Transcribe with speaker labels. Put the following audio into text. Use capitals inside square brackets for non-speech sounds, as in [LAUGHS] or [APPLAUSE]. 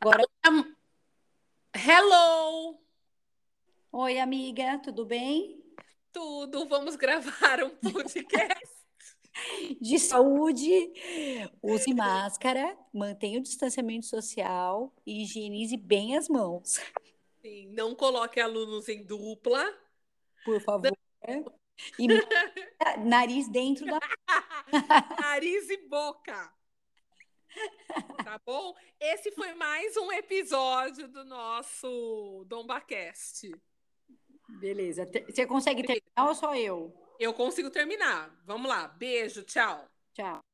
Speaker 1: Agora,
Speaker 2: Hello!
Speaker 1: oi, amiga, tudo bem?
Speaker 2: Tudo, vamos gravar um podcast.
Speaker 1: De saúde, use máscara, mantenha o distanciamento social e higienize bem as mãos,
Speaker 2: Sim, [LAUGHS] não coloque alunos em dupla.
Speaker 1: por favor. E meta nariz dentro da.
Speaker 2: Nariz e boca. Tá bom? Esse foi mais um episódio do nosso Dombacast.
Speaker 1: Beleza. Te- Você consegue terminar ou só eu?
Speaker 2: Eu consigo terminar. Vamos lá. Beijo, tchau.
Speaker 1: Tchau.